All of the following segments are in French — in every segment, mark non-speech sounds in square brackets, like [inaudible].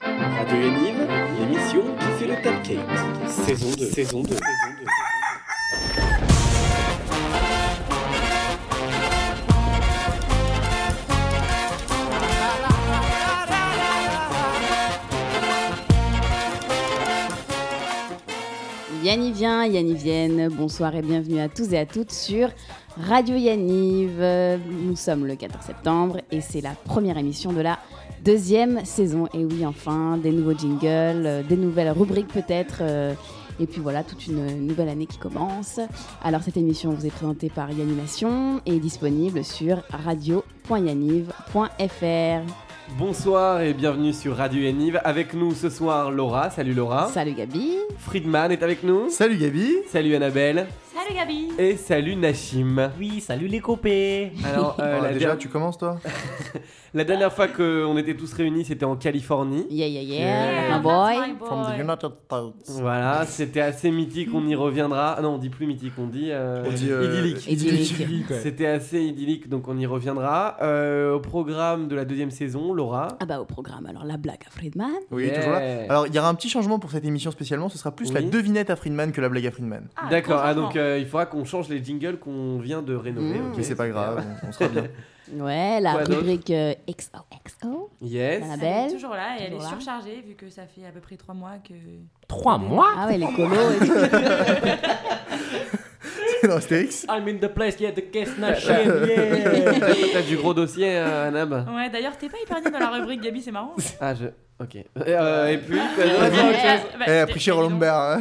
Radio Yaniv, l'émission qui fait le cupcake. Saison 2. Saison 2. Yannivien, Yannivienne, bonsoir et bienvenue à tous et à toutes sur Radio Yanniv. Euh, Nous sommes le 14 septembre et c'est la première émission de la deuxième saison. Et oui, enfin, des nouveaux jingles, euh, des nouvelles rubriques peut-être. euh, et puis voilà, toute une nouvelle année qui commence. Alors cette émission vous est présentée par Yannimation et est disponible sur radio.yanniv.fr. Bonsoir et bienvenue sur Radio Yaniv. Avec nous ce soir Laura. Salut Hein Laura. Salut Gabi Friedman est avec nous. Salut Gabi Salut Annabelle. Salut Gabi Et salut Nashim. Oui, salut les copains [laughs] Alors, euh, Ah, la, Déjà der- tu commences toi la dernière fois qu'on était tous réunis, c'était en Californie. Yeah, yeah, yeah, Yeah. my boy That's my From the boy. United States. Voilà, c'était assez mythique, on y reviendra. Ah non, on dit plus mythique, on dit, euh, On dit, euh, idyllique. Idyllique. idyllique, ouais. C'était assez idyllique, donc on y reviendra. Euh, au programme de la deuxième saison, Laura. Ah bah au programme, alors la blague à Friedman. Oui, Yeah. toujours là. Euh, Alors il y aura un petit changement pour cette émission spécialement, ce sera plus la Oui. devinette à Friedman que la blague à Friedman. Ah, D'accord, ah, franchement. donc euh, il faudra qu'on change les jingles qu'on vient de rénover. Mmh. ok, Mais c'est pas grave, on, on sera [laughs] bien. Ouais, la Quoi d'autre rubrique euh, XOXO. Yes. Voilà. Elle Annabelle, est Euh, toujours là et elle est toujours là. surchargée vu que ça fait à peu près trois mois que. Trois mois Ah ouais, les colos et tout. C'est dans Astérix I'm in the place, yeah, the guest T'as [laughs] t'as du gros dossier, euh, Anab Ouais, d'ailleurs, t'es pas épargné dans la rubrique Gabi, [laughs] c'est marrant. Ah, je. Ok. Et, euh, et puis, quoi Bah, d'autre bah, Eh, après Charles dis donc. Lombard hein.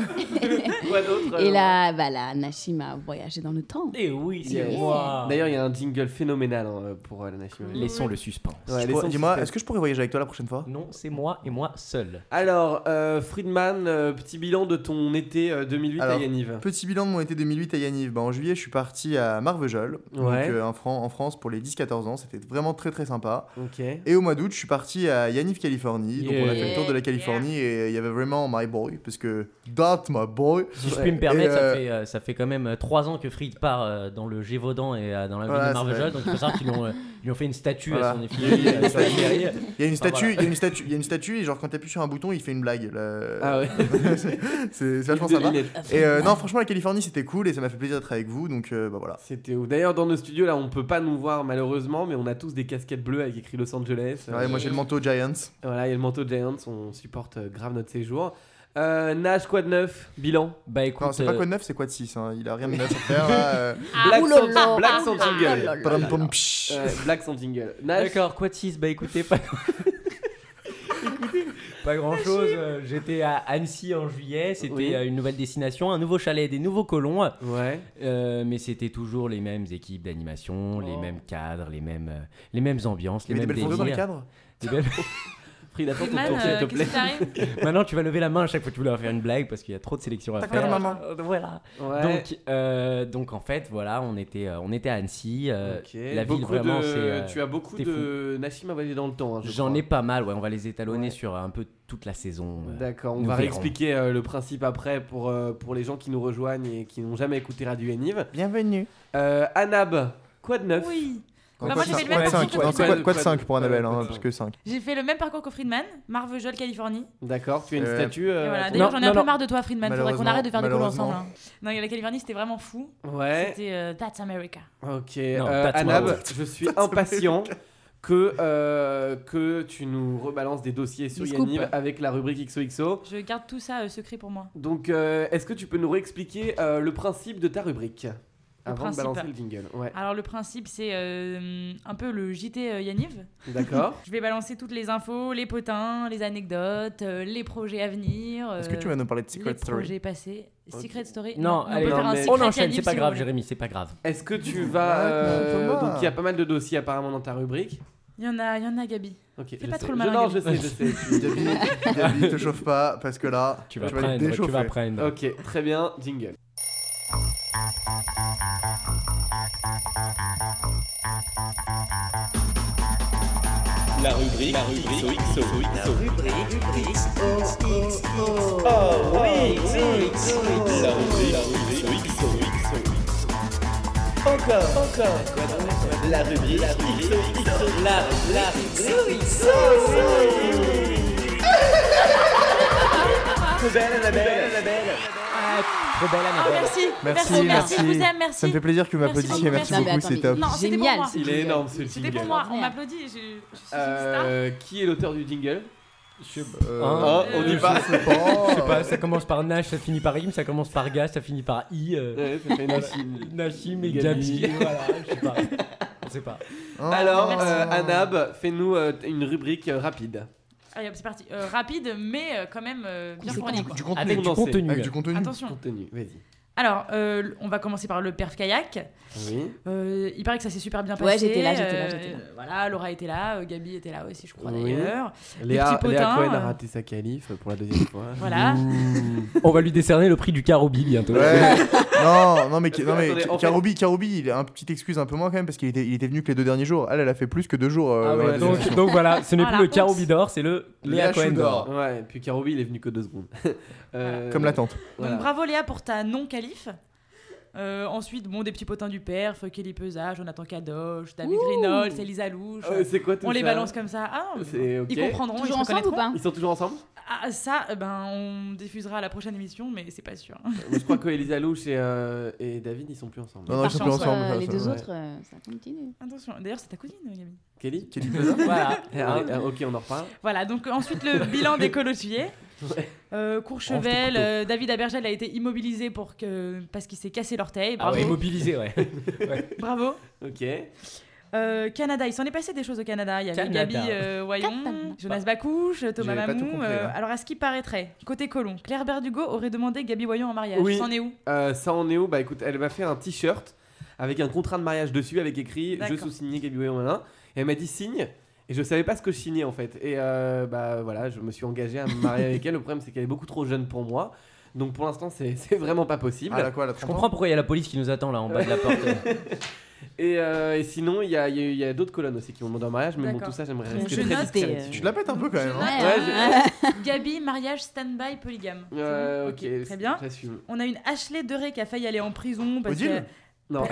Quoi d'autre, Et euh, là, bah là, Nashim a voyagé dans le temps. Eh oui, c'est Yeah. moi D'ailleurs, il y a un jingle phénoménal hein, pour euh, la Nation. Laissons le suspense. Je Ouais, laissons pourrais- le Dis-moi, suspense. est-ce que je pourrais voyager avec toi la prochaine fois Non, c'est moi et moi seul. Alors, euh, Friedman, euh, petit bilan de ton été euh, 2008 à Alors, Yaniv. Petit bilan de mon été 2008 à Yaniv. Bah, en juillet, je suis parti à Marvejols, donc, Ouais. euh, en, Fran- en France pour les 10-14 ans. C'était vraiment très très sympa. Ok. Et au mois d'août, je suis parti à Yaniv, Californie. Donc on a fait le Yeah. tour de la Californie et il y avait vraiment my boy, parce que that's my boy. Si Ouais. je puis me Et, permettre, euh, ça, fait, euh, ça fait quand même 3 ans que Fried part euh, dans le Gévaudan et euh, dans la ville Voilà, de c'est Marvejol, donc il faut savoir qu'ils lui ont, euh, ils lui ont fait une statue Voilà. à son effigie. euh, sur la mairie. Il y a une Enfin, statue, voilà. il y a une statue, il y a une statue et genre quand t'appuies sur un bouton, il fait une blague. là. Ah ouais. [laughs] c'est c'est vachement De sympa. lunettes. Et euh, non, franchement, la Californie c'était cool et ça m'a fait plaisir d'être avec vous, donc euh, bah voilà. C'était ouf. D'ailleurs, dans nos studios, là, on peut pas nous voir malheureusement, mais on a tous des casquettes bleues avec écrit Los Angeles. Euh, Ouais, moi j'ai le manteau Giants. Voilà, il y a le manteau Giants, on supporte euh, grave notre séjour. Euh, Nash, quoi de neuf Bilan Bah Non, écoute, c'est pas euh, quoi de neuf, c'est quoi de 6 hein. Il a rien de [laughs] neuf à faire. là, euh, Ah, Black, oulala. sans, Black sans Ah, Ah, oh jingle. Euh, pam, pam, psh. Ouais, Black sans jingle. Nash, d'accord, quoi de 6 Bah écoutez, pas, Écoutez, [laughs] pas grand chose. J'étais à Annecy en juillet, c'était Oui. euh, une nouvelle destination, un nouveau chalet, des nouveaux colons, Ouais. euh, mais c'était toujours les mêmes équipes d'animation, les Oh. mêmes cadres, les mêmes, euh, les mêmes ambiances, les Il y avait des mêmes belles photos dans les délires. cadres Des belles- Fried, attends ton Friedman, tour, s'il euh, te qu'est-ce plaît. qui t'arrive Maintenant, tu vas lever la main à chaque fois que tu vouloir faire une blague parce qu'il y a trop de sélections à D'accord, faire. maman. Euh, Voilà. [laughs] Ouais. Donc, euh, donc en fait, voilà, on était, euh, on était à Annecy. euh, Ok. La Beaucoup ville, vraiment, de- c'est. euh, tu as beaucoup c'était de. Nassim a voyagé dans le temps. hein, je J'en crois. ai pas mal. Ouais, on va les étalonner Ouais. sur euh, un peu toute la saison. euh. D'accord, on Nous va verrons. réexpliquer euh, le principe après pour, euh, pour les gens qui nous rejoignent et qui n'ont jamais écouté Radio Yaniv. Bienvenue. Euh, Anab, quoi de neuf Oui Dans Bah, quoi moi, de j'ai fait cinq- le même quoi de parcours cinq que Non, toi. c'est quoi- Quoi de Quoi de- 5 pour Annabelle, quoi de hein, cinq. parce que 5. J'ai fait le même parcours que Friedman, Marvejol, Californie. D'accord, tu as une Euh, statue. Et euh, voilà. à ton- D'ailleurs, Non, j'en ai un non, peu non. marre de toi, Friedman. Faudrait qu'on Malheureusement, arrête de faire des colos malheureusement. ensemble. hein. Non, la Californie, c'était vraiment fou. Ouais, C'était euh, That's America. ok. Non, Euh, that's Anab, my je suis impatient que, euh, que tu nous rebalances des dossiers sur Des scoops. Yaniv avec la rubrique XOXO. Je garde tout ça euh, secret pour moi. Donc, euh, est-ce que tu peux nous réexpliquer euh, le principe de ta rubrique Avant principe. de balancer le jingle. Ouais, Alors, le principe, c'est euh, un peu le JT euh, Yaniv. [laughs] d'accord. Je vais balancer toutes les infos, les potins, les anecdotes, euh, les projets à venir. Est-ce que euh, tu vas nous parler de Secret les Story projets passés. Secret Story Oh, Non, on allez, peut non, faire un mais- secret on enchaîne. Yanniv, C'est pas si grave, vous voulez. Jérémy. C'est pas grave. Est-ce que tu vas. Arrête, euh, non, Thomas. donc il y a pas mal de dossiers apparemment dans ta rubrique. Il y en a, il y en a, Gabi. Ok. Fais je pas sais. trop le Je- malin, Non, je sais, je [laughs] sais. Gabi, Gabi, te chauffe pas, parce que là, Tu vas tu vas être prendre. Tu vas déchauffé. prendre. ok, très bien, jingle. La rubrique, la rubrique, la rubrique, Oh, la rubrique, la rubrique, la rubrique, la rubrique, [laughs] trop belle, la belle, la belle. Ah, trop belle Oh, Annabelle. merci, merci, Merci, merci, je merci. vous aime, merci. Ça me fait plaisir que vous Merci m'applaudissiez. beaucoup, Merci merci. beaucoup, c'est top. Non, c'était pour Génial, moi. ce Il jingle. est énorme ce C'était jingle. pour moi, on m'applaudit, je, je suis une star. Euh, qui est l'auteur du jingle Ah, Euh, on y je va. Euh, sais pas. Hein Je sais pas, ça commence par Nash, ça finit par Im, ça commence par Gas, ça finit par I. euh, Ouais, ça fait Nassim. Nashim et Gabi. Gabi. Voilà, [laughs] je sais pas. On sait pas. Hein Alors, Merci. euh, Anab, fais-nous euh, une rubrique euh, rapide. Allez, hop, c'est parti. Euh, rapide, mais euh, quand même euh, bien C'est fourni. du- quoi. du contenu. Avec du Condensé. contenu. Avec du contenu. Attention. Compte tenu, vas-y. Alors, euh, on va commencer par le perf kayak. Oui. Euh, il paraît que ça s'est super bien passé. Ouais, j'étais là, j'étais là, Euh, j'étais là. Voilà, Laura était là, euh, Gabi était là aussi, je crois Oui. d'ailleurs. Léa, petits Léa potins, Cohen a euh. raté sa qualif pour la deuxième fois. [laughs] Voilà. On va lui décerner le prix du Carobi bientôt. [laughs] Ouais. non, non mais, Parce que, non, mais attendez, en fait- Carobi, Carobi, il a un petite excuse un peu moins quand même parce qu'il était, il était venu que les deux derniers jours. Elle, elle a fait plus que deux jours. euh, Ah dans la ouais, deuxième Donc, session. donc voilà, ce n'est Voilà, plus le oups. Carobi d'or, c'est le Léa Léa Cohen d'or. Ouais, et puis Carobi, il est venu que deux secondes. [laughs] Euh, Comme la tante. voilà. Donc bravo Léa pour ta non-qualif. Euh, ensuite, bon, des petits potins du perf, Kelly Pesa, Jonathan Cadoche, David Reynolds, Elisa Louche. Euh, c'est quoi tout on les ça balance comme ça. Ah non, mais C'est ok. ils comprendront, Toujours ils se ensemble ou reconnaîtront. pas Ils sont toujours ensemble Ah, ça, euh, ben, on diffusera à la prochaine émission, mais c'est pas sûr. [laughs] Je crois que Elisa Louche et, euh, et David, ils sont plus ensemble. Non, non, ils Par sont plus chance, ensemble. euh, ça, les ça, deux ouais. autres, euh, ça continue. Attention, d'ailleurs, c'est ta cousine, Gabi. Kelly Kelly Plaza. Voilà. Eh, ah, ah, Ok, on en reparle. Voilà, donc euh, ensuite [laughs] le bilan des colossiers. Ouais. Euh, Range ton Courchevel, couteau. euh, David Abergel a été immobilisé pour que, parce qu'il s'est cassé l'orteil. Ah Bravo. ouais, immobilisé, ouais. bravo. Ok. Euh, Canada, il s'en est passé des choses au Canada. Il y avait Canada. Gabi euh, Wayon, Canada. Jonas Bakouche, Thomas J'avais pas tout Mamou. compris, euh, là. alors à ce qui paraîtrait, côté colon, Claire Berdugo aurait demandé Gabi Wayon en mariage. Oui. C'en est où [laughs] Euh, ça en est où Bah écoute, elle m'a fait un t-shirt avec un contrat de mariage dessus, avec écrit Je D'accord. sous-signais Gabi Wayon, malin. Et elle m'a dit signe. Et je savais pas ce que je signais en fait. Et euh, bah voilà, je me suis engagé à me marier avec elle. Le problème, c'est qu'elle est beaucoup trop jeune pour moi. Donc pour l'instant, c'est [laughs] c'est vraiment pas possible. Ah, elle a quoi, elle a Je 30 ans comprends pourquoi il y a la police qui nous attend là en [laughs] bas de la porte. Et, euh, et sinon, il y a, il y a- il y a d'autres colonnes aussi qui m'ont demandé en mariage. Mais bon, D'accord. tout ça, j'aimerais Je rester note, très discret euh, là-dessus. Tu la pètes un peu quand même. hein. Ouais, Ah, Gabi, mariage, stand-by, polygame. C'est Euh, bon ok, Ok, Très bien. j'assume. On a une Ashley Deray qui a failli aller en prison parce que. Odile Non, [laughs]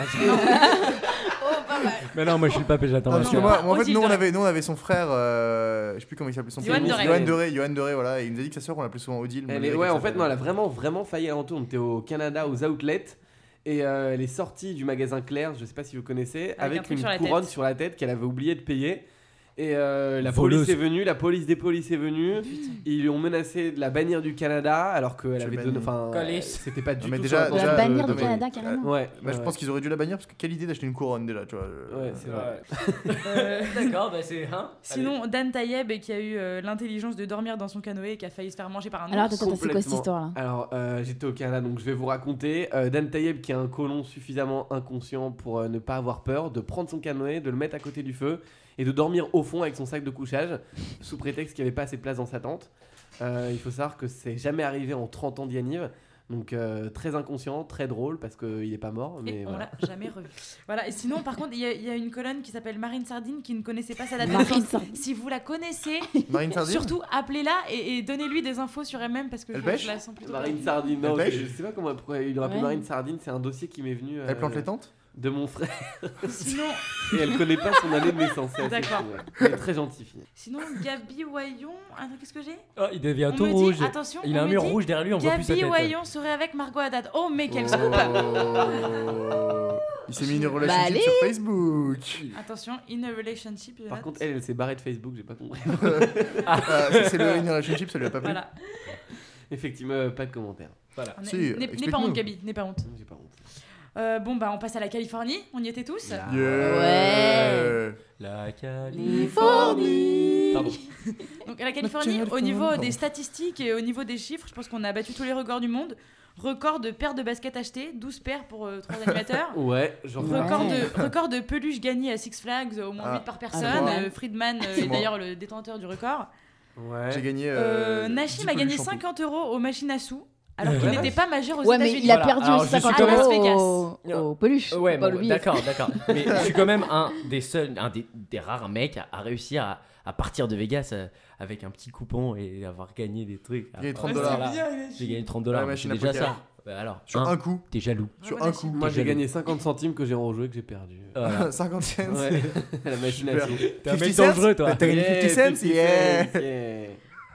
Mais non, moi je suis le pape et j'attends Ah, ma parce que soeur. moi, moi, en fait, Odile nous on, Doré. avait, nous on avait son frère, euh, je sais plus comment il s'appelait, son Johan frère, Doré. Johan Doré, Johan Doré, voilà, et il nous a dit que sa soeur on l'appelait souvent Odile. mais Elle on est- avait ouais, comme en ça, fait, non, elle a vraiment, vraiment failli aller en tour. On était au Canada, aux outlets. Et euh, elle est sortie du magasin Claire, je sais pas si vous connaissez, un avec, truc une sur la couronne tête. sur la tête qu'elle avait oublié de payer. Et euh, la Voleuse. police est venue, la police des polices est venue. Ah, Ils lui ont menacé de la bannière du Canada alors qu'elle Tu avait bannis. donné. Enfin, Colis. euh, c'était pas du Non, mais tout. déjà- sur la déjà, euh, bannière non, du mais- Canada, carrément. Ouais, Bah, je ouais. pense qu'ils auraient dû la bannir parce que quelle idée d'acheter une couronne déjà, tu vois. euh, Ouais, c'est vrai. D'accord, bah c'est. Hein Sinon, Dan Tayeb qui a eu euh, l'intelligence de dormir dans son canoë et qui a failli se faire manger par un Alors, ours. attends, attends, c'est quoi cette complètement. histoire-là Alors, euh, j'étais au Canada, donc je vais vous raconter. Euh, Dan Tayeb, qui est un colon suffisamment inconscient pour euh, ne pas avoir peur, de prendre son canoë, de le mettre à côté du feu et de dormir au fond avec son sac de couchage, sous prétexte qu'il n'y avait pas assez de place dans sa tente. Euh, il faut savoir que c'est jamais arrivé en 30 ans de Yaniv. Donc, euh, très inconscient, très drôle, parce qu'il n'est pas mort. Mais Et on voilà. l'a jamais revu. voilà. Et sinon, par contre, il y, a- il y a une colonne qui s'appelle Marine Sardine qui ne connaissait pas sa date de Marine naissance. Sardine. Si vous la connaissez, [laughs] Marine Sardine surtout appelez-la et, et donnez-lui des infos sur elle-même parce que Elle je, pêche je la sens plutôt. Marine Sardine, non, Elle pêche je sais pas comment, pourquoi il aurait Ouais. appelé Marine Sardine, c'est un dossier qui m'est venu euh, Elle plante les tentes de mon frère Sinon, et elle connaît pas son année de naissance. c'est assez D'accord. fou, ouais. Elle est très gentille, fille. sinon Gabi Wayon. Attends, qu'est-ce que j'ai Oh, il devient On tout me rouge. dit, attention, Il on a un me mur dit, rouge derrière lui, on voit plus sa Gabi tête. Wayon serait avec Margot Haddad. Oh, mais quel scoop Oh. Il s'est mis Bah, une relation allez. sur Facebook Attention, in a relationship. je Par note. contre, elle, elle s'est barrée de Facebook, j'ai pas compris. Ah, ça, C'est le in relationship, ça lui a pas plu. voilà. Effectivement, euh, pas de commentaire. Ah, On est- Si, N'aie n'aie pas explique-nous. honte, Gabi, n'aie pas honte. J'ai pas honte. Euh, bon, bah, on passe à la Californie. On y était tous. Yeah La Oh, Californie. Pardon. Donc à la Californie, au niveau des statistiques et au niveau des chiffres, je pense qu'on a battu tous les records du monde. Record de paires de baskets achetées, 12 paires pour 3 animateurs. Ouais, genre. Ouais. Record, de, record de peluches gagnées à Six Flags, au moins Ah. 8 par personne. Ah, ouais. Euh, Friedman euh, C'est est moi. d'ailleurs le détenteur du record. J'ai Ouais. gagné. Euh, Euh, Nashim 10 a gagné peluches en tout. 50 euros aux machines à sous, alors qu'il Ouais. n'était pas majeur aux Ouais, mais États-Unis. il a Voilà, perdu alors, je aussi suis 50 quand même- euros au, au peluche. Euh, Ouais, pas bon, oublier. d'accord, d'accord. [laughs] Mais je suis quand même un des seuls, un des, des rares mecs à, à réussir à, à partir de Vegas euh, avec un petit coupon et avoir gagné des trucs. Il y a 30 Ah, dollars. voilà. J'ai gagné 30 dollars. La mais C'est machine à déjà poker. ça. Bah alors, Sur un, un coup. t'es jaloux. Sur Bravo, un Nashim. coup. Moi, j'ai J'ai gagné 50 centimes que j'ai enjeué que j'ai [laughs] perdu. Voilà. 50 cents. Ouais, [laughs] la machine à Super. sous. T'es un 50 mec cents dangereux, toi. T'as gagné Yeah, 50 cents 50 Yeah cents, yeah.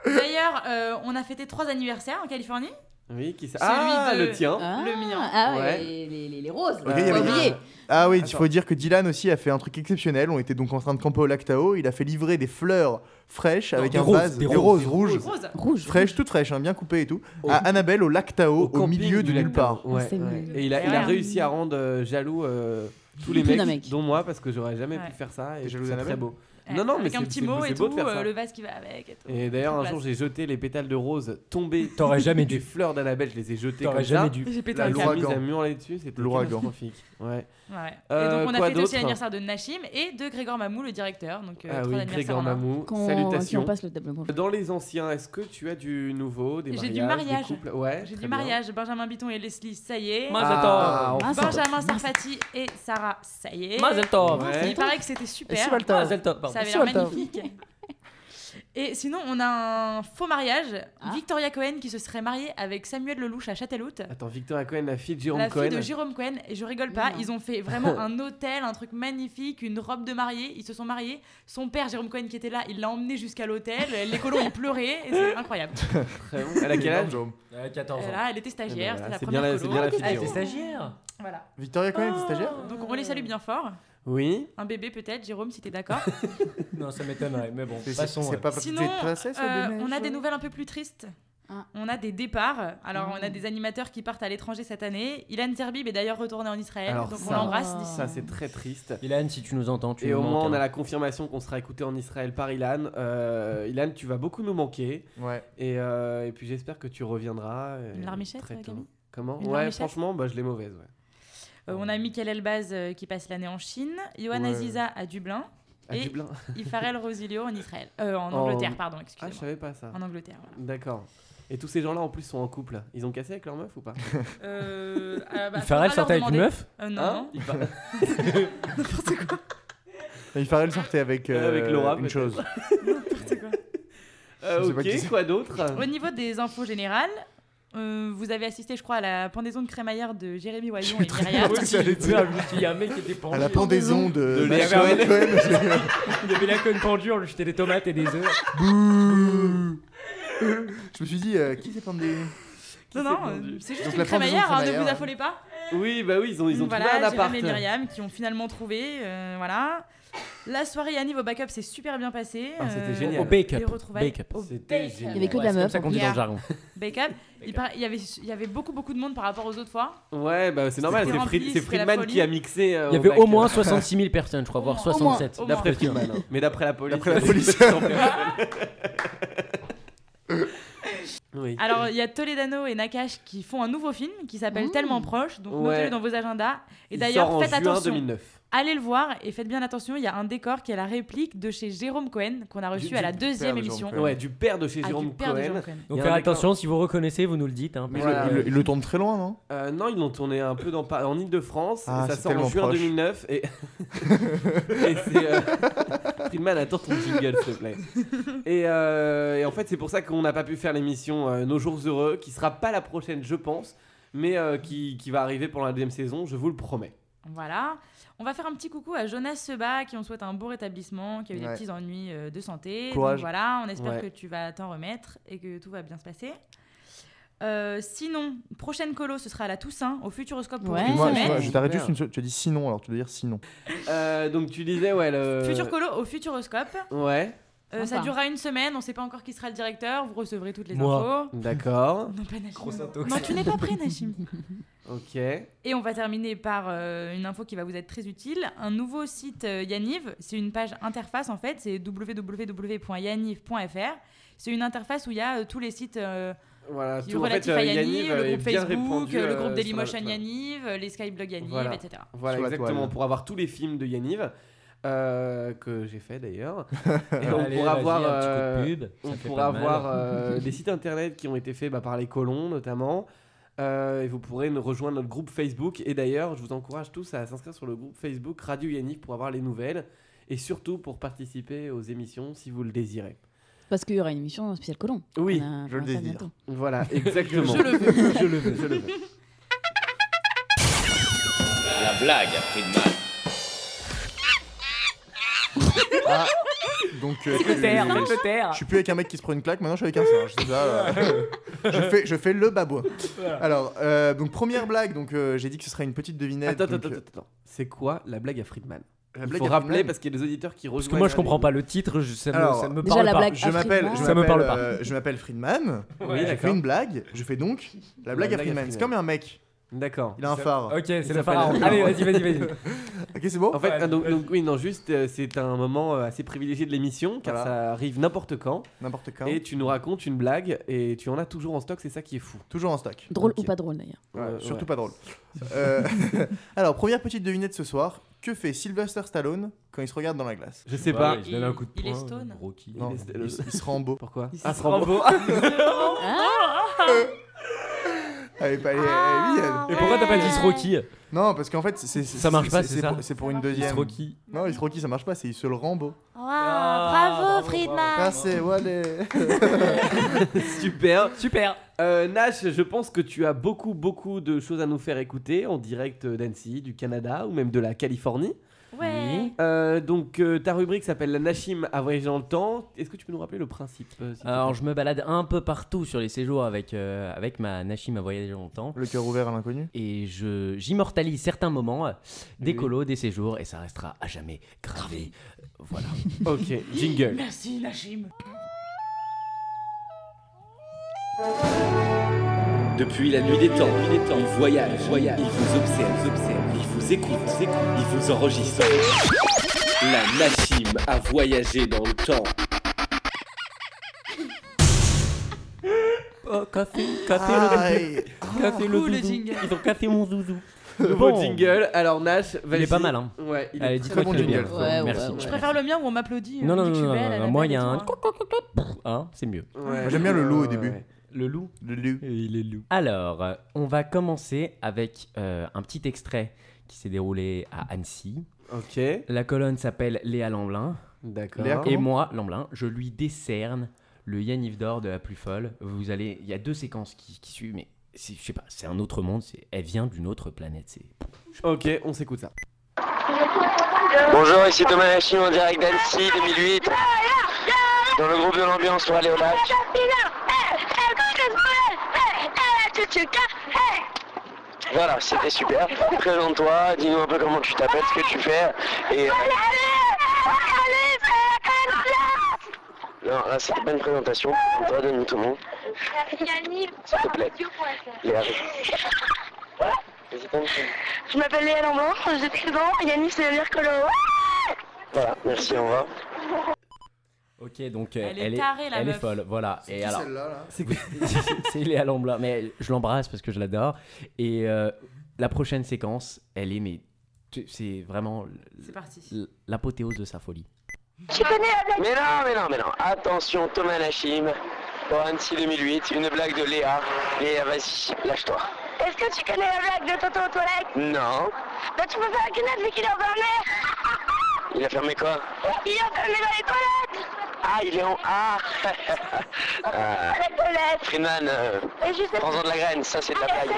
D'ailleurs, euh, on a fêté trois anniversaires en Californie. Oui, qui c'est Celui Ah, de- le tien. Ah, Le mien. Ah ouais, Ouais. les, les- les- les roses. Ok, faut il y avait- oublier. Ah oui, il Attends. faut dire que Dylan aussi a fait un truc exceptionnel. On était donc en train de camper au lac Tao. Il a fait livrer des fleurs fraîches Non, avec des un roses, vase, des des, roses, roses, des rouges. Rose. Rouge. Fraîches, toutes fraîches, hein, bien coupées et tout. Au- À Annabelle au lac Tao, au, camping milieu du de lac nulle part. Tao. Ouais, C'est ouais. nul. Et il a, il a Ouais. réussi à rendre euh, jaloux euh, tous les Tout mecs, d'un mec. dont moi, parce que j'aurais jamais Ouais. pu faire ça. T'es Et je jaloux trouve ça très d'Annabelle beau. Non, non, Avec mais un c'est- petit c'est- mot c'est et beau tout, de faire ça. euh, le vase qui va avec et tout. Et d'ailleurs, un Place. jour, j'ai jeté les pétales de rose tombés. T'aurais jamais des dû. fleurs d'Annabelle, je les ai jetées comme T'aurais jamais ça. dû. J'ai pété La un câble. mise L'ouragan. à hurler dessus, c'était L'ouragan. catastrophique. Ouais. Ouais. Euh, et donc on quoi a fêté aussi d'autre l'anniversaire de Nashim et de Grégor Mamou, le directeur. Donc euh, Ah trois oui, anniversaires Grégor en un. Mamou, Qu'on- si on salutations. passe le tableau. Bonjour. Dans les anciens, est-ce que tu as du nouveau, des mariages, J'ai du des mariage. couples Ouais, J'ai très du bien. mariage, Benjamin Biton et Leslie, ça y est. Mazel Ah, tov. enfin. Benjamin Sarfati et Sarah, ça y est. Mazel tov. Ouais. Il paraît que c'était super. Mazel Ah, tov. Mazel tov, pardon. Ça avait l'air magnifique. Et sinon, on a un faux mariage. Ah. Victoria Cohen qui se serait mariée avec Samuel Lelouch à Châteloup. Attends, Victoria Cohen, la fille de Jérôme La Cohen. fille de Jérôme Cohen, et je rigole pas, Non. ils ont [laughs] fait vraiment un hôtel, un truc magnifique, une robe de mariée, ils se sont mariés. Son père, Jérôme Cohen, qui était là, il l'a emmené jusqu'à l'hôtel, [laughs] les colons, ils pleuraient, et c'est incroyable. Très bon. Elle a quel âge Jérôme Euh, 14 Et ans. là, elle était Eh ben stagiaire, voilà, c'était la C'est bien première la, c'est colo. bien Ah, la fille de Elle était Jérôme. stagiaire. Voilà. Victoria Cohen, Ah. c'est stagiaire Donc on les salue bien fort. Oui. Un bébé peut-être, Jérôme, si t'es d'accord. Non, ça m'étonnerait, mais bon, C'est- c'est- passons. C'est ouais. pas parce que Sinon, t'es tracé, ça, euh, des on a mecs, des euh. nouvelles un peu plus tristes. Ah. On a des départs. Alors, on Ah. a des animateurs qui partent à l'étranger cette année. Ilan Zerbib est d'ailleurs retourné en Israël, Alors donc on ça- l'embrasse. Ça, c'est très triste. Ilan, si tu nous entends, tu Et nous au moins, manques, on a hein. la confirmation qu'on sera écouté en Israël par Ilan. Euh, Ilan, tu vas beaucoup nous manquer. Ouais. Et, euh, et puis, j'espère que tu reviendras. euh, Une larmichette, très euh, tôt. Camille Comment Une Ouais, larmichette franchement, bah, je l'ai mauvaise. Ouais. Euh, on a Michael Elbaz euh, qui passe l'année en Chine, Johan Ouais. Aziza à Dublin, À Et- Dublin. Ifarel Rosilio en Israël. Euh, en En- Angleterre, pardon, Ah, je excusez-moi. savais pas ça. en Angleterre, voilà. D'accord. Et tous ces gens-là, en plus, sont en couple. Ils ont cassé avec leur meuf ou pas Euh, ah, bah, Il Farrell faudra sortait leur avec une demander. meuf Euh, Non, Hein non. Ils par- Il fallait le sortir avec, euh, Avec Laura, une peut-être. chose. Euh, Je sais pas qui ok, c'est. quoi d'autre Au niveau des infos générales, euh, vous avez assisté, je crois, à la pendaison de crémaillère de Jérémy Wayon et Myriam. Qu'est-ce que j'allais Oui, dire parce qu'il y a un mec qui était pendu. À la pendaison de, De machin, Léa [laughs] Cohen. Il y avait la conne pendue, on lui jetait des tomates et des œufs. Bouh. Je me suis dit, euh, qui s'est pendu Non, s'est non, pendu euh, c'est juste Donc une la pendaison de crémaillère, hein, ne crémaillère, vous ouais. affolez pas. Oui, bah oui, ils ont, ils ont trouvé un voilà, appart. Jérôme et Myriam qui ont finalement trouvé, euh, voilà. La soirée Yanniv au backup s'est super bien passée. Ah, c'était euh, génial. Au Des bake-up. retrouvailles. Bake-up. Au C'était bake-up. génial. Il y avait que de la c'est comme meuf. ça qu'on dit dans le Yeah. jargon. Backup. Il, paraît- il y avait, il y avait beaucoup, beaucoup de monde par rapport aux autres fois. Ouais, bah c'est normal, C'était c'est rempli, Fried- c'est c'était la Friedman folie. qui a mixé. euh, Il y avait bac, au moins euh, 66 000 personnes, je crois, voire Au moins, 67. au moins. D'après Friedman, hein. mais d'après la police. D'après la euh, police. oui. Alors, il y a Toledano et Nakash qui font un nouveau film qui s'appelle Mmh. Tellement Proche, donc Ouais. notez-le dans vos agendas. Et Il d'ailleurs, sort en faites juin attention, 2009. allez le voir et faites bien attention, il y a un décor qui est la réplique de chez Jérôme Cohen qu'on a reçu Du- à la du père de deuxième Jérôme émission. Cohen. Ouais, du père de chez Ah, Jérôme du père de Cohen. Jérôme Cohen. Il y Donc a faire un décor- attention, si vous reconnaissez, vous nous le dites. hein, Mais parce le- que- Il, le- il le tourne très loin, non Euh, non, ils l'ont tourné un peu dans, Pa- en Ile-de-France. Ah, et ça c'est sort en tellement juin proche. 2009. [laughs] Et, et c'est. euh, Friedman, attends ton jingle, s'il te plaît. Et, euh, et en fait, c'est pour ça qu'on n'a pas pu faire l'émission euh, Nos Jours Heureux, qui sera pas la prochaine, je pense, mais euh, qui, qui va arriver pendant la deuxième saison, je vous le promets. Voilà. On va faire un petit coucou à Jonas Seba qui on souhaite un beau rétablissement, qui a eu Ouais. des petits ennuis euh, de santé. Courage. Donc voilà, on espère Ouais. que tu vas t'en remettre et que tout va bien se passer. Euh, sinon, prochaine colo, ce sera à la Toussaint, au Futuroscope pour Ouais. une Excuse-moi, mais- excuse-moi, semaine. je t'arrête Super. juste une seconde. Tu as dit sinon, alors tu dois dire sinon. Euh, donc tu disais, ouais, le. Futur colo au Futuroscope. Ouais, Euh, ça Sympa. durera une semaine, on sait pas encore qui sera le directeur, vous recevrez toutes les Moi. infos. d'accord. Non, pas Nashim. Grosse intox. Non, tu n'es pas prêt, Nashim. Ok. Et on va terminer par euh, une info qui va vous être très utile. Un nouveau site euh, Yaniv, c'est une page interface en fait, c'est www.yaniv.fr. C'est une interface où il y a euh, tous les sites euh, Ah, Voilà, qui tout en fait, relatifs euh, à Yaniv, Yaniv le euh, est groupe bien Facebook, répandu, euh, le euh, groupe sur Dailymotion la- Yaniv, euh, les skyblogs Yaniv, Voilà. etc. Voilà, Sur la exactement, toile. pour avoir tous les films de Yaniv. euh, que j'ai fait d'ailleurs. Et on Allez, pourra vas-y, voir, un petit coup de euh, pub, ça On fait pourra pas de mal. voir [laughs] [laughs] euh, des sites internet qui ont été faits bah, par les colons notamment. Euh, et vous pourrez nous rejoindre notre groupe Facebook. Et d'ailleurs, je vous encourage tous à s'inscrire sur le groupe Facebook Radio Yaniv pour avoir les nouvelles et surtout pour participer aux émissions si vous le désirez. Parce qu'il y aura une émission spéciale colon. Oui, On a- je le on a ça désire. bientôt. voilà, exactement. Je le veux. Je le veux, je le veux. La blague à Friedman. Ah, Donc, euh, Faites le taire, je- faites le taire. je suis plus avec un mec qui se prend une claque, maintenant je suis avec un singe. C'est ça, euh, je, fais, je fais le babouin. Alors, euh, donc première blague, donc euh, j'ai dit que ce serait une petite devinette. Attends, attends, donc, attends, euh, attends. attends. C'est quoi la blague à Friedman la Il blague faut à rappeler Friedman. parce qu'il y a des auditeurs qui Parce rejoignent. que moi, je comprends pas le titre, je- ça me, Alors, ça me déjà, parle la pas. blague- Je m'appelle, je Friedman. Ça me m'appelle, parle pas. euh, je m'appelle Friedman. Oui, je fais d'accord. une blague. Je fais donc la blague à blague à Friedman. C'est Friedman. comme un mec. D'accord. Il a un phare. Ok, c'est s'appelle- le pharaon. Allez, vas-y, vas-y, vas-y. Ok, c'est bon. En fait, Ouais, ah, donc, vas-y. donc, oui, non, juste, euh, c'est un moment euh, assez privilégié de l'émission car Voilà. ça arrive n'importe quand N'importe quand. et tu nous racontes une blague et tu en as toujours en stock, c'est ça qui est fou. Toujours en stock. Drôle Ok. ou pas drôle d'ailleurs. Ouais, Euh, surtout ouais. pas drôle. Euh, [laughs] alors, première petite devinette ce soir. Que fait Sylvester Stallone quand il se regarde dans la glace Je sais pas. il- il est stone. Rocky. Non, est- il, s- il se rend beau. Pourquoi Il Ah, se c'est Rambo. Elle est pas elle est- elle est mignonne. Et pourquoi t'as pas dit Rocky Non, parce qu'en fait, c'est, c'est- Ça marche c'est- pas, c'est, c'est c'est ça pour- c'est pour une deuxième. Rocky. Non, il se Rocky, ça marche pas, c'est il se le rend beau. bravo, Ah, c'est, ouais, les- [laughs] Super. Super. Euh, Nash, je pense que tu as beaucoup, beaucoup de choses à nous faire écouter en direct euh, d'Annecy, du Canada ou même de la Californie. Ouais. Euh, donc, euh, ta rubrique s'appelle La Nashim à voyager dans le temps. Est-ce que tu peux nous rappeler le principe euh, s'il te Alors, je me balade un peu partout sur les séjours avec, euh, avec ma Nashim à voyager longtemps. Le cœur ouvert à l'inconnu. Et je j'immortalise certains moments, euh, des colos, des séjours, et ça restera à jamais gravé. Voilà. plaît Ok, jingle. Merci, Nashim. Depuis la nuit des temps, il est temps, il voyage, voyage, il vous observe, il observe, il vous écoute, il vous écoute, il vous enregistre. La Nashim a voyagé dans le temps. Oh, café, Ah, Ah, Aïe. café le Cool, le doudou. jingle. Ils ont café mon zouzou. Nouveau jingle. Alors, Nash, vas-y. Il est pas mal, hein. Ouais, il est Allez, très dites-moi bon que c'est jingle. bien. Ouais, ouais, Merci. ouais. Je préfère le mien où on m'applaudit. Non, on non, me dit que je non, suis non, belle, non, elle non, a moi, belle il y a et un. tout, hein. Hein, c'est mieux. Ouais. J'aime bien le loup au début. Ouais. Le loup Le loup. Il est loup. Alors, euh, on va commencer avec euh, un petit extrait qui s'est déroulé à Annecy. Ok, La colonne s'appelle Léa Lamblin. d'accord. Léa, Et Comment moi, Lamblin, je lui décerne le Yaniv d'or de la plus folle. Vous allez, il y a deux séquences qui, qui suivent, mais c'est- je sais pas, c'est un autre monde. c'est- Elle vient d'une autre planète. C'est Ok, on s'écoute ça. Bonjour, ici Thomas Lachim en direct d'Annecy 2008. Dans le groupe de l'ambiance pour aller au lac. Voilà, c'était super. Présente-toi, dis-nous un peu comment tu t'appelles, ce que tu fais. Et... euh, Non, là c'était pas une présentation. Présente-toi, donne-nous ton nom, s'il te plaît. Léa. Vas-y, donne ton nom. Je m'appelle Léa Lambert, j'ai 13 ans, Yannick c'est l'air colo. Voilà, merci, au revoir. ok, donc euh, Elle est elle est, tarée, la elle est meuf. folle, voilà. C'est et qui alors, celle-là, là [laughs] c'est Léa Lamblin, mais je l'embrasse parce que je l'adore. Et euh, la prochaine séquence, elle est mais tu- c'est vraiment C'est parti. l- l'apothéose de sa folie. Tu connais la blague Mais non, mais non, mais non. Attention, Thomas Lachim. Pour Annecy 2008, une blague de Léa. Léa, vas-y, lâche-toi. Est-ce que tu connais la blague de Toto aux toilettes Non. Bah tu peux pas la connaître vu qu'il est enfermé Il a fermé quoi Il est enfermé dans les toilettes Ah, il est en A. Ah. Dans les toilettes Freeman, euh, Et je sais prends-en de la graine, ça c'est de la Ah, blague.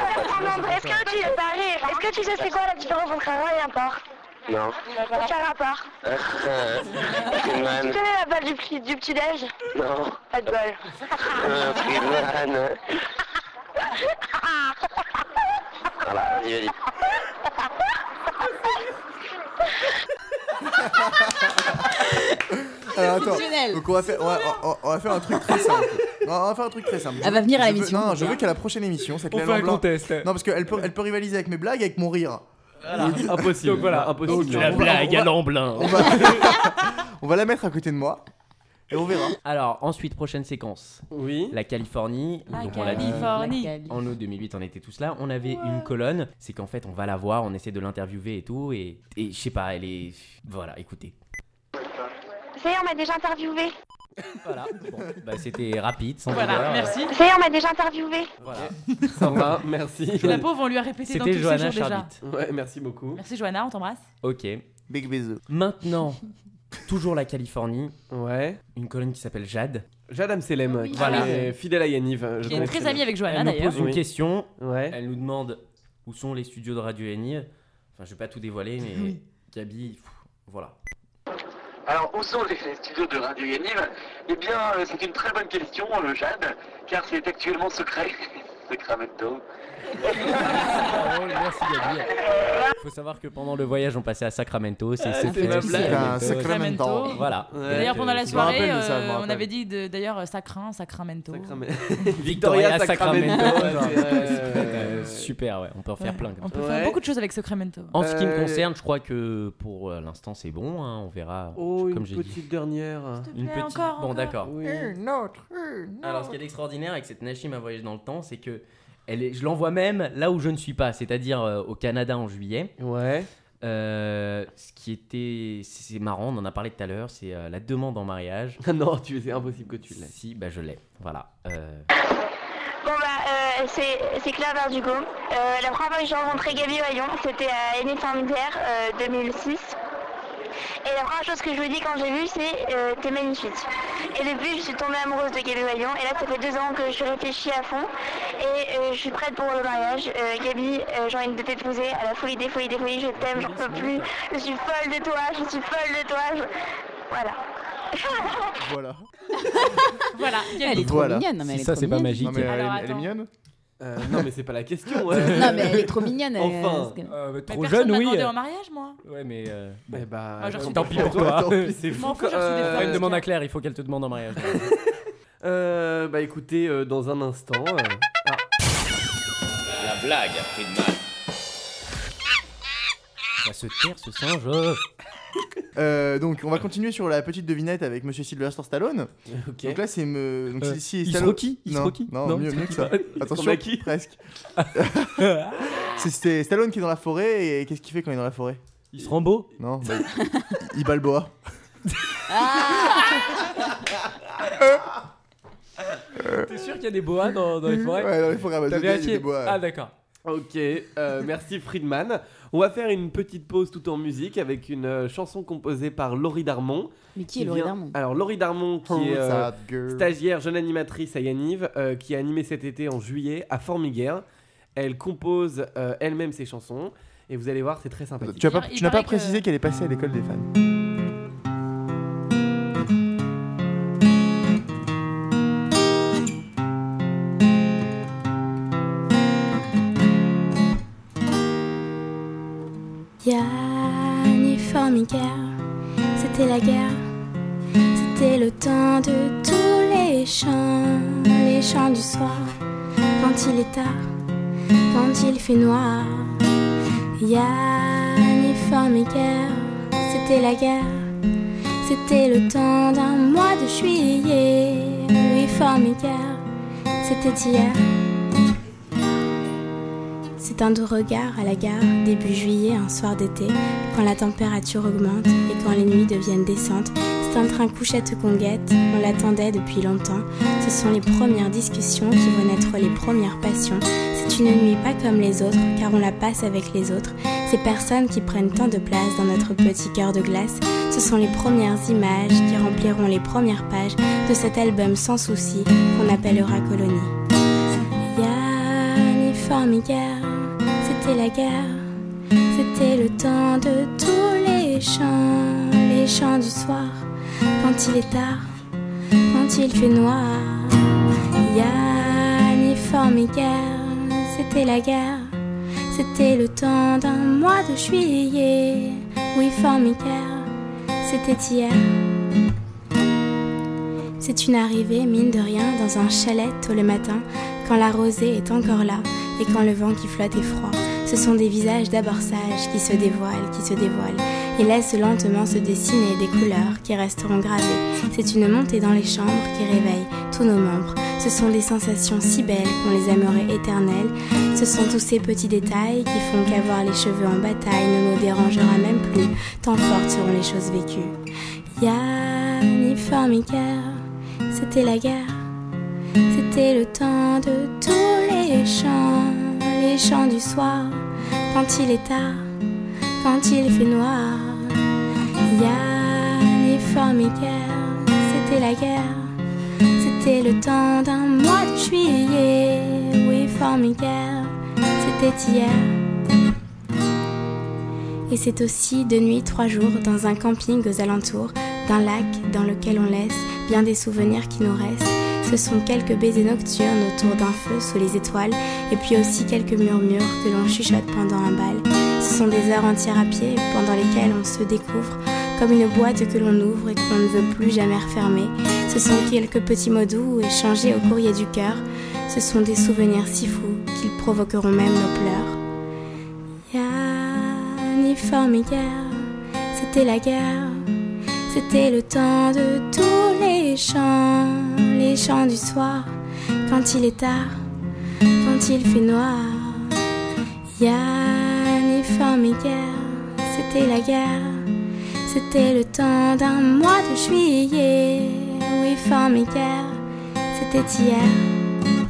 en Est-ce fait. que tu sais pas rire Est-ce que tu sais c'est quoi la différence entre un rond et un porc Non. Euh, Aucun rapport. Tu Freeman, connais la blague du petit du petit déj non. Pas de bol. Euh, Freeman. Voilà, vas-y, vas-y. Alors, Ah, attends. fonctionnel. Donc on va faire, on va, on- on va faire un truc très simple. Non, on va faire un truc très simple. Elle va venir à Je veux- l'émission. Non, je veux qu'à la prochaine émission, cette On Léa fait un Lamblin- contest. Non, parce qu'elle peut, elle peut rivaliser avec mes blagues, et avec mon rire. Impossible. Donc voilà. impossible. Donc, La on va- blague on va- à Lamblin. On va, on va la mettre à côté de moi et on verra. Alors ensuite prochaine séquence, Oui. la Californie. La donc on l'a dit. Californie. En août 2008, on était tous là. On avait une colonne. C'est qu'en fait, on va la voir, on essaie de l'interviewer et tout. Et, et je sais pas, elle est. Voilà, écoutez. Ça y est, on m'a déjà interviewé. Voilà. Bon, bah, c'était rapide, sans Voilà, douleur. merci. Ça y est, on m'a déjà interviewé. Voilà. Sympa, merci. La pauvre, on lui a répété dans tous C'était ses jours Johanna déjà. Charbit. Ouais, merci beaucoup. Merci Johanna, on t'embrasse. Ok. Big bisous. Maintenant, toujours la Californie. Ouais. Une colonne qui s'appelle Jade. Jadam Selem, qui Voilà. est fidèle à Yaniv. euh, je Qui est connais très amie avec Johanna Elle nous d'ailleurs. pose une Oui. question. Ouais. Elle nous demande où sont les studios de Radio Yaniv. Enfin, je vais pas tout dévoiler, mais Gabi, pff, voilà. Alors, où sont les les studios de Radio Yaniv Eh bien, euh, c'est une très bonne question, euh, Jade, car c'est actuellement secret. [laughs] Sacramento. Oh, merci Gabi. Faut savoir que pendant le voyage, on passait à Sacramento. C'est Ah, c'est c'était ma fait. blague. Putain, Sacramento. Sacramento. Voilà. Ouais. D'ailleurs, pendant la je me rappelle soirée, de ça, je me euh, on rappelle. avait dit de- d'ailleurs euh, ça craint, Sacramento. Sacramento. euh, Victoria Sacramento. ouais, c'est, euh, Euh, [laughs] Super, ouais. On peut en Ouais, faire plein. comme On ça. peut Ouais. faire beaucoup de choses avec Sacramento. En ce qui me Euh, concerne, je crois que pour euh, l'instant, c'est bon. hein, On verra. Oh, une comme j'ai petite dit. dernière. S'il te Une plaît, petite. encore, bon, encore. d'accord. Oui. Une autre, une Alors, ce qui est extraordinaire avec cette Nashim à voyage dans le temps, c'est que elle est, je l'envoie même là où je ne suis pas, c'est-à-dire euh, au Canada en juillet. Ouais. [laughs] Euh, ce qui était. C'est marrant, on en a parlé tout à l'heure, c'est euh, la demande en mariage. Ah non, tu c'est impossible que tu l'aies. Si, bah je l'ai. Voilà. Euh, Bon bah euh, c'est c'est Claire Verdugo. Euh, la première fois que j'ai rencontré Gabi Vaillon, c'était à Aîné Saint-Misère euh, 2006. Et la première chose que je lui ai dit quand j'ai vu c'est euh, t'es magnifique. Et depuis je suis tombée amoureuse de Gabi Vaillon et là ça fait deux ans que je réfléchis à fond et euh, je suis prête pour le mariage. Euh, Gabi, euh, j'ai envie de t'épouser à la folie des folies des folies, je t'aime, j'en peux plus, je suis folle de toi, je suis folle de toi. je- Voilà. [laughs] Voilà. Voilà, Elle est trop Voilà. mignonne. non, mais Si elle est ça, trop c'est pas mignonne. magique. Non mais elle, Alors, est- elle est attends. mignonne. Euh, non, mais c'est pas la [laughs] question. Non, mais elle est trop mignonne. elle- Enfin. elle- Euh, bah, Mais trop personne jeune, m'a oui. demandé en mariage, moi. Ouais, mais. euh, Eh bah, Ah, genre, tant c'est- Tant pis pour Toi, tant toi. Faut pis, c'est pis. fou. M'en fous, genre, je suis des euh, fans. une demande à Claire, il faut qu'elle te demande en mariage. Euh, bah écoutez, euh, dans un instant. euh, [laughs] ah, La blague a pris de mal. va se taire ce singe. euh. Euh, donc on va continuer sur la petite devinette avec Monsieur Sylvester Stallone. ok. Donc là c'est me... donc Euh, si- si Isroki, Stallone- Isroki, non, Isroki. non, Non, mieux, mieux que ça. Attention, Isroki. presque. C'est- C'était Stallone qui est dans la forêt et qu'est-ce qu'il fait quand il est dans la forêt Il se rend beau. Non, bah, il- il balboa. [laughs] T'es sûr qu'il y a des boas dans, dans les forêts Ouais, dans les forêts, bah, T'as je dis, il y a vérifié des bois. Ah, d'accord. Ok, euh, merci Friedman. On va faire une petite pause tout en musique avec une euh, chanson composée par Laurie Darmon. Mais qui est Laurie vient- Darmon Alors Laurie Darmon Oh, qui est euh, Sad girl. stagiaire, jeune animatrice à Yaniv, euh, qui a animé cet été en juillet à Formiguère. Elle compose euh, elle-même ses chansons et vous allez voir, c'est très sympathique. Tu as pas- Il tu n'as pas, paraît que- précisé qu'elle est passée à l'école des fans. Yann Formicaire, c'était la guerre. C'était le temps de tous les chants, les chants du soir. Quand il est tard, quand il fait noir. Yann Formicaire, c'était la guerre. C'était le temps d'un mois de juillet. Lui Formicaire, c'était hier. C'est un doux regard à la gare, début juillet, un soir d'été, quand la température augmente et quand les nuits deviennent décentes. C'est un train couchette qu'on guette, on l'attendait depuis longtemps. Ce sont les premières discussions qui vont naître les premières passions. C'est une nuit pas comme les autres, car on la passe avec les autres. Ces personnes qui prennent tant de place dans notre petit cœur de glace, ce sont les premières images qui rempliront les premières pages de cet album sans souci qu'on appellera Colonie. Yann Formicaire, c'était la guerre. C'était le temps de tous les chants, les chants du soir. Quand il est tard, quand il fait noir. Yann Formicaire, c'était la guerre. C'était le temps d'un mois de juillet. Oui, Formicaire, c'était hier. C'est une arrivée, mine de rien, dans un chalet tôt le matin, quand la rosée est encore là et quand le vent qui flotte est froid. Ce sont des visages d'abord sages qui se dévoilent, qui se dévoilent, et laissent lentement se dessiner des couleurs qui resteront gravées. C'est une montée dans les chambres qui réveille tous nos membres. Ce sont des sensations si belles qu'on les aimerait éternelles. Ce sont tous ces petits détails qui font qu'avoir les cheveux en bataille ne nous dérangera même plus, tant fortes seront les choses vécues. Yann Formicaire, c'était la guerre. C'était le temps de tous les chants, les chants du soir, quand il est tard, quand il fait noir. Yann Formicaire, c'était la guerre. C'était le temps d'un mois de juillet, oui, Formicaire, c'était hier. Et c'est aussi deux nuits, trois jours, dans un camping aux alentours, d'un lac dans lequel on laisse bien des souvenirs qui nous restent. Ce sont quelques baisers nocturnes autour d'un feu sous les étoiles, et puis aussi quelques murmures que l'on chuchote pendant un bal. Ce sont des heures entières à pied pendant lesquelles on se découvre, comme une boîte que l'on ouvre et que l'on ne veut plus jamais refermer. Ce sont quelques petits mots doux échangés au courrier du cœur. Ce sont des souvenirs si fous qu'ils provoqueront même nos pleurs. Uniforme et guerre, c'était la guerre. C'était le temps de tous les chants, les chants du soir, quand il est tard, quand il fait noir. Uniforme et guerre, c'était la guerre. C'était le temps d'un mois de juillet. Uniforme et guerre, c'était hier.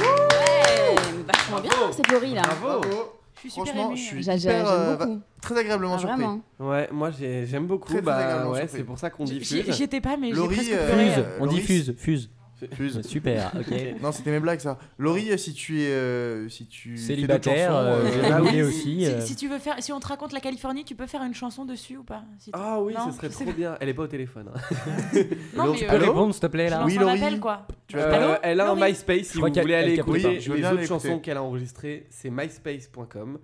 Ouais, vachement bien hein, cette Laurie là. Bravo. Je suis super Franchement, émue. je suis J'a- j'a- hyper, euh, J'aime va- beaucoup. très agréablement Ah, surpris. vraiment. Ouais, moi j'ai- j'aime beaucoup. Très, très bah agréablement ouais, surpris. c'est pour ça qu'on J'y- diffuse. J'y étais pas, mais j'ai Laurie, presque euh, pleuré. Fuse, on dit Loris. fuse, fuse. Fuse. Super, [laughs] ok. Non, c'était mes blagues ça. Laurie, si tu es euh, si tu fais d'autres Célibataire, chansons, euh, euh, bah marié oui. aussi. Si, euh, si tu veux faire, si on te raconte la Californie, tu peux faire une chanson dessus ou pas si tu- Ah oui, Non, ce serait je sais trop bien. Elle est pas au téléphone. hein. Non, Laurie, mais Tu peux euh, répondre, s'il te plaît, je là lance Oui, un Laurie. appel quoi. tu vas- Euh, Allô elle a un Laurie MySpace si crois vous qu'elle- voulez aller elle capte écouter pas. les Je veux bien autres l'écouter. chansons qu'elle a enregistrées, c'est myspace.com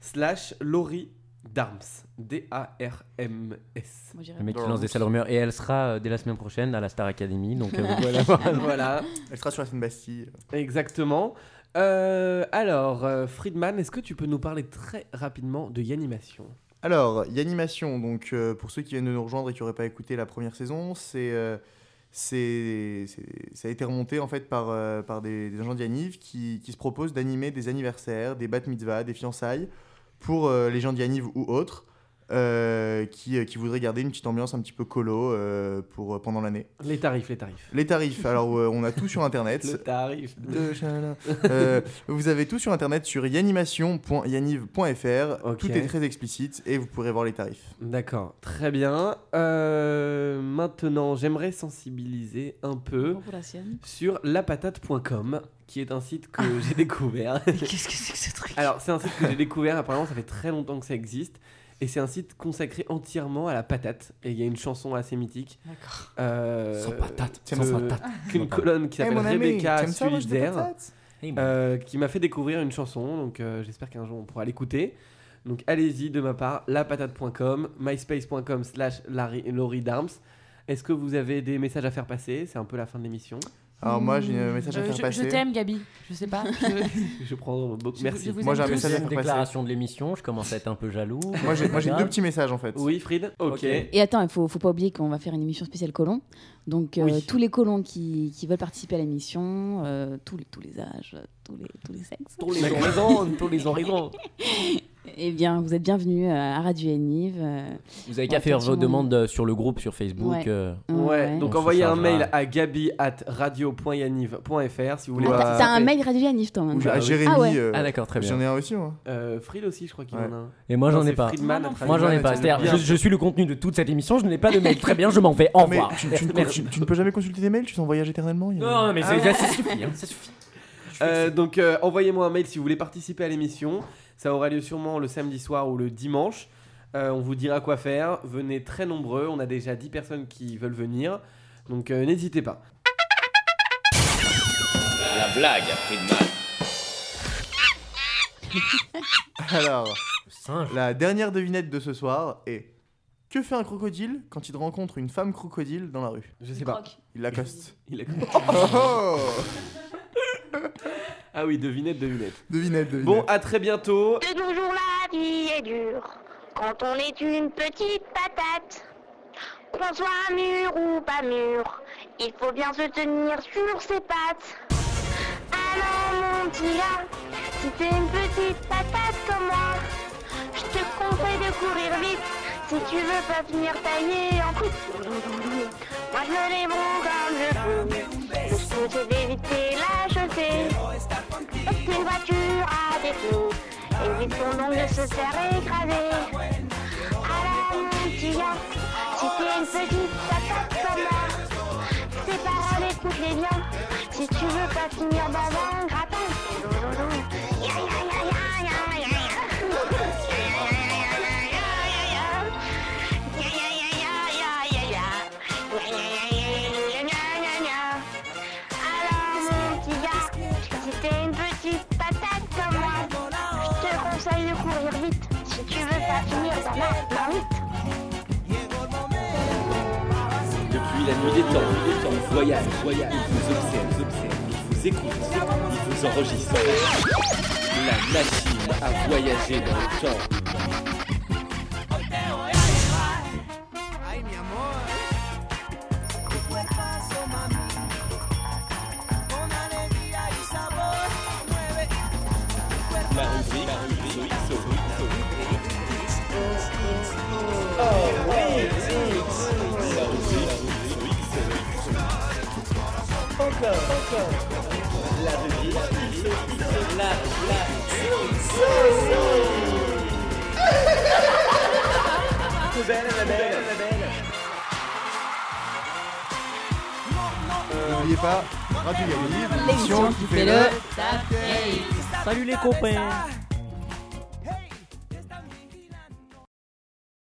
slash Laurie Darms. D-A-R-M-S. Moi, j'irais Le mec qui Dans lance le- des sales rumeurs. Et elle sera euh, dès la semaine prochaine à la Star Academy. Donc, euh, vous pouvez la voir. [laughs] voilà, Elle sera sur la scène Bastille. exactement. Euh, alors, euh, Friedman, est-ce que tu peux nous parler très rapidement de Yanimation Alors, Yanimation, donc euh, pour ceux qui viennent de nous rejoindre et qui n'auraient pas écouté la première saison, c'est euh, c'est- c'est- ça a été remonté en fait par, euh, par des, des gens de Yaniv qui, qui se proposent d'animer des anniversaires, des bat mitzvahs, des fiançailles pour euh, les gens de Yaniv ou autres euh, qui, euh, qui voudraient garder une petite ambiance un petit peu colo euh, pour, pendant l'année. Les tarifs, les tarifs. Les tarifs, alors euh, on a tout sur internet. Le tarif. De Chalala. Euh, vous avez tout sur internet sur yanimation.yaniv.fr. Ok. Tout est très explicite et vous pourrez voir les tarifs. D'accord, très bien. Euh, maintenant, j'aimerais sensibiliser un peu Pour la sienne. sur lapatate.com, qui est un site [laughs] que j'ai découvert. Qu'est-ce que c'est que ce truc Alors, c'est un site que j'ai découvert, apparemment, ça fait très longtemps que ça existe. Et c'est un site consacré entièrement à la patate. Et il y a une chanson assez mythique. D'accord. euh, C'est de- mon Une colonne qui s'appelle Rebecca Sulzer. Euh, Euh, qui m'a fait découvrir une chanson, donc euh, j'espère qu'un jour on pourra l'écouter. Donc allez-y de ma part, lapatate.com, myspace.com slash Larry- Laurie Darms. Est-ce que vous avez des messages à faire passer C'est un peu la fin de l'émission. Alors moi j'ai un message à Euh, faire je je passer. t'aime, Gabi. Je sais pas. je- Je prends beaucoup. Je- Merci. je vous Moi, j'ai un aime tous. message à Deuxième faire passer. déclaration de l'émission. Je commence à être un peu jaloux. [laughs] Moi j'ai moi, j'ai deux petits messages en fait. Oui, Fried Ok. Ok. Et attends, il faut, faut pas oublier qu'on va faire une émission spéciale colons. Donc euh, Oui. tous les colons qui, qui veulent participer à l'émission, euh, tous, les, tous les âges, tous les, tous les sexes, Tous les horizons, tous les horizons. eh bien vous êtes bienvenus euh, à Radio Eniv. euh, Vous Ouais, avez qu'à faire vos attention. demandes euh, sur le groupe sur Facebook. Mm, Ouais. euh, Ouais, donc On se envoyez un chargera. mail à gabi at radio.yaniv.fr si vous voulez. Ah, pas t'as- t'as un mail Radio Eniv toi Ou maintenant. j'ai- à oui. Jérémy. Ah ouais. euh, Ah d'accord, très J'en bien. ai un aussi moi. Euh, Fried aussi, je crois qu'il Ouais. en a un. Et moi j'en Non, ai c'est pas. Friedman, Moi non à plus. Moi j'en ai Friedman, pas. c'est C'est-à-dire, bien. je, je suis le contenu de toute cette émission, je n'ai pas de mail. Très bien, je m'en vais. Au Mais revoir. tu, tu ne- tu- tu ne peux jamais consulter des mails, tu t'en voyages éternellement. il y a- Non, non, mais c'est- Ah ouais. ça suffit. hein, ça suffit. Euh, donc euh, envoyez-moi un mail si vous voulez participer à l'émission. Ça aura lieu sûrement le samedi soir ou le dimanche. Euh, on vous dira quoi faire. Venez très nombreux. On a déjà 10 personnes qui veulent venir. Donc euh, n'hésitez pas. La blague à Friedman. [laughs] Alors Singe. la dernière devinette de ce soir est que fait un crocodile quand il rencontre une femme crocodile dans la rue Je sais pas. Il l'accoste. Il a- [laughs] Oh Ah oui, devinette, devinette. Devinette, devinette. Bon, à très bientôt. De nos jours, la vie est dure quand on est une petite patate. Qu'on soit mûr ou pas mûr, il faut bien se tenir sur ses pattes. Alors mon petit gars, si t'es une petite patate comme moi, je te conseille de courir vite si tu veux pas finir taillé en coups. Moi je me débrouille comme je peux, le tout c'est d'éviter la chaussée. Parce qu'une voiture a des pneus, évitons donc de se faire écraser. Alors mon petit gars, si t'es une petite patate comme moi, ces paroles écoute-les bien, si tu veux pas finir dans un gratin. [laughs] Ya, ya, ya, ya, ya, ya, ya. Ya, ya, ya, ya, ya, ya. nuit, la nuit des temps, nuit des temps, voyage, voyage, il vous observe, il vous observe, il vous écoute, il vous enregistre. La machine à voyager dans le temps. La rubrique, la rubrique, so, so, so. La rubrique, so, so, so. La rubrique, so, so, la, la, C'est belle, elle est belle, elle est belle. N'oubliez pas, Radio Gaga, L'émission qui fait le... Salut les copains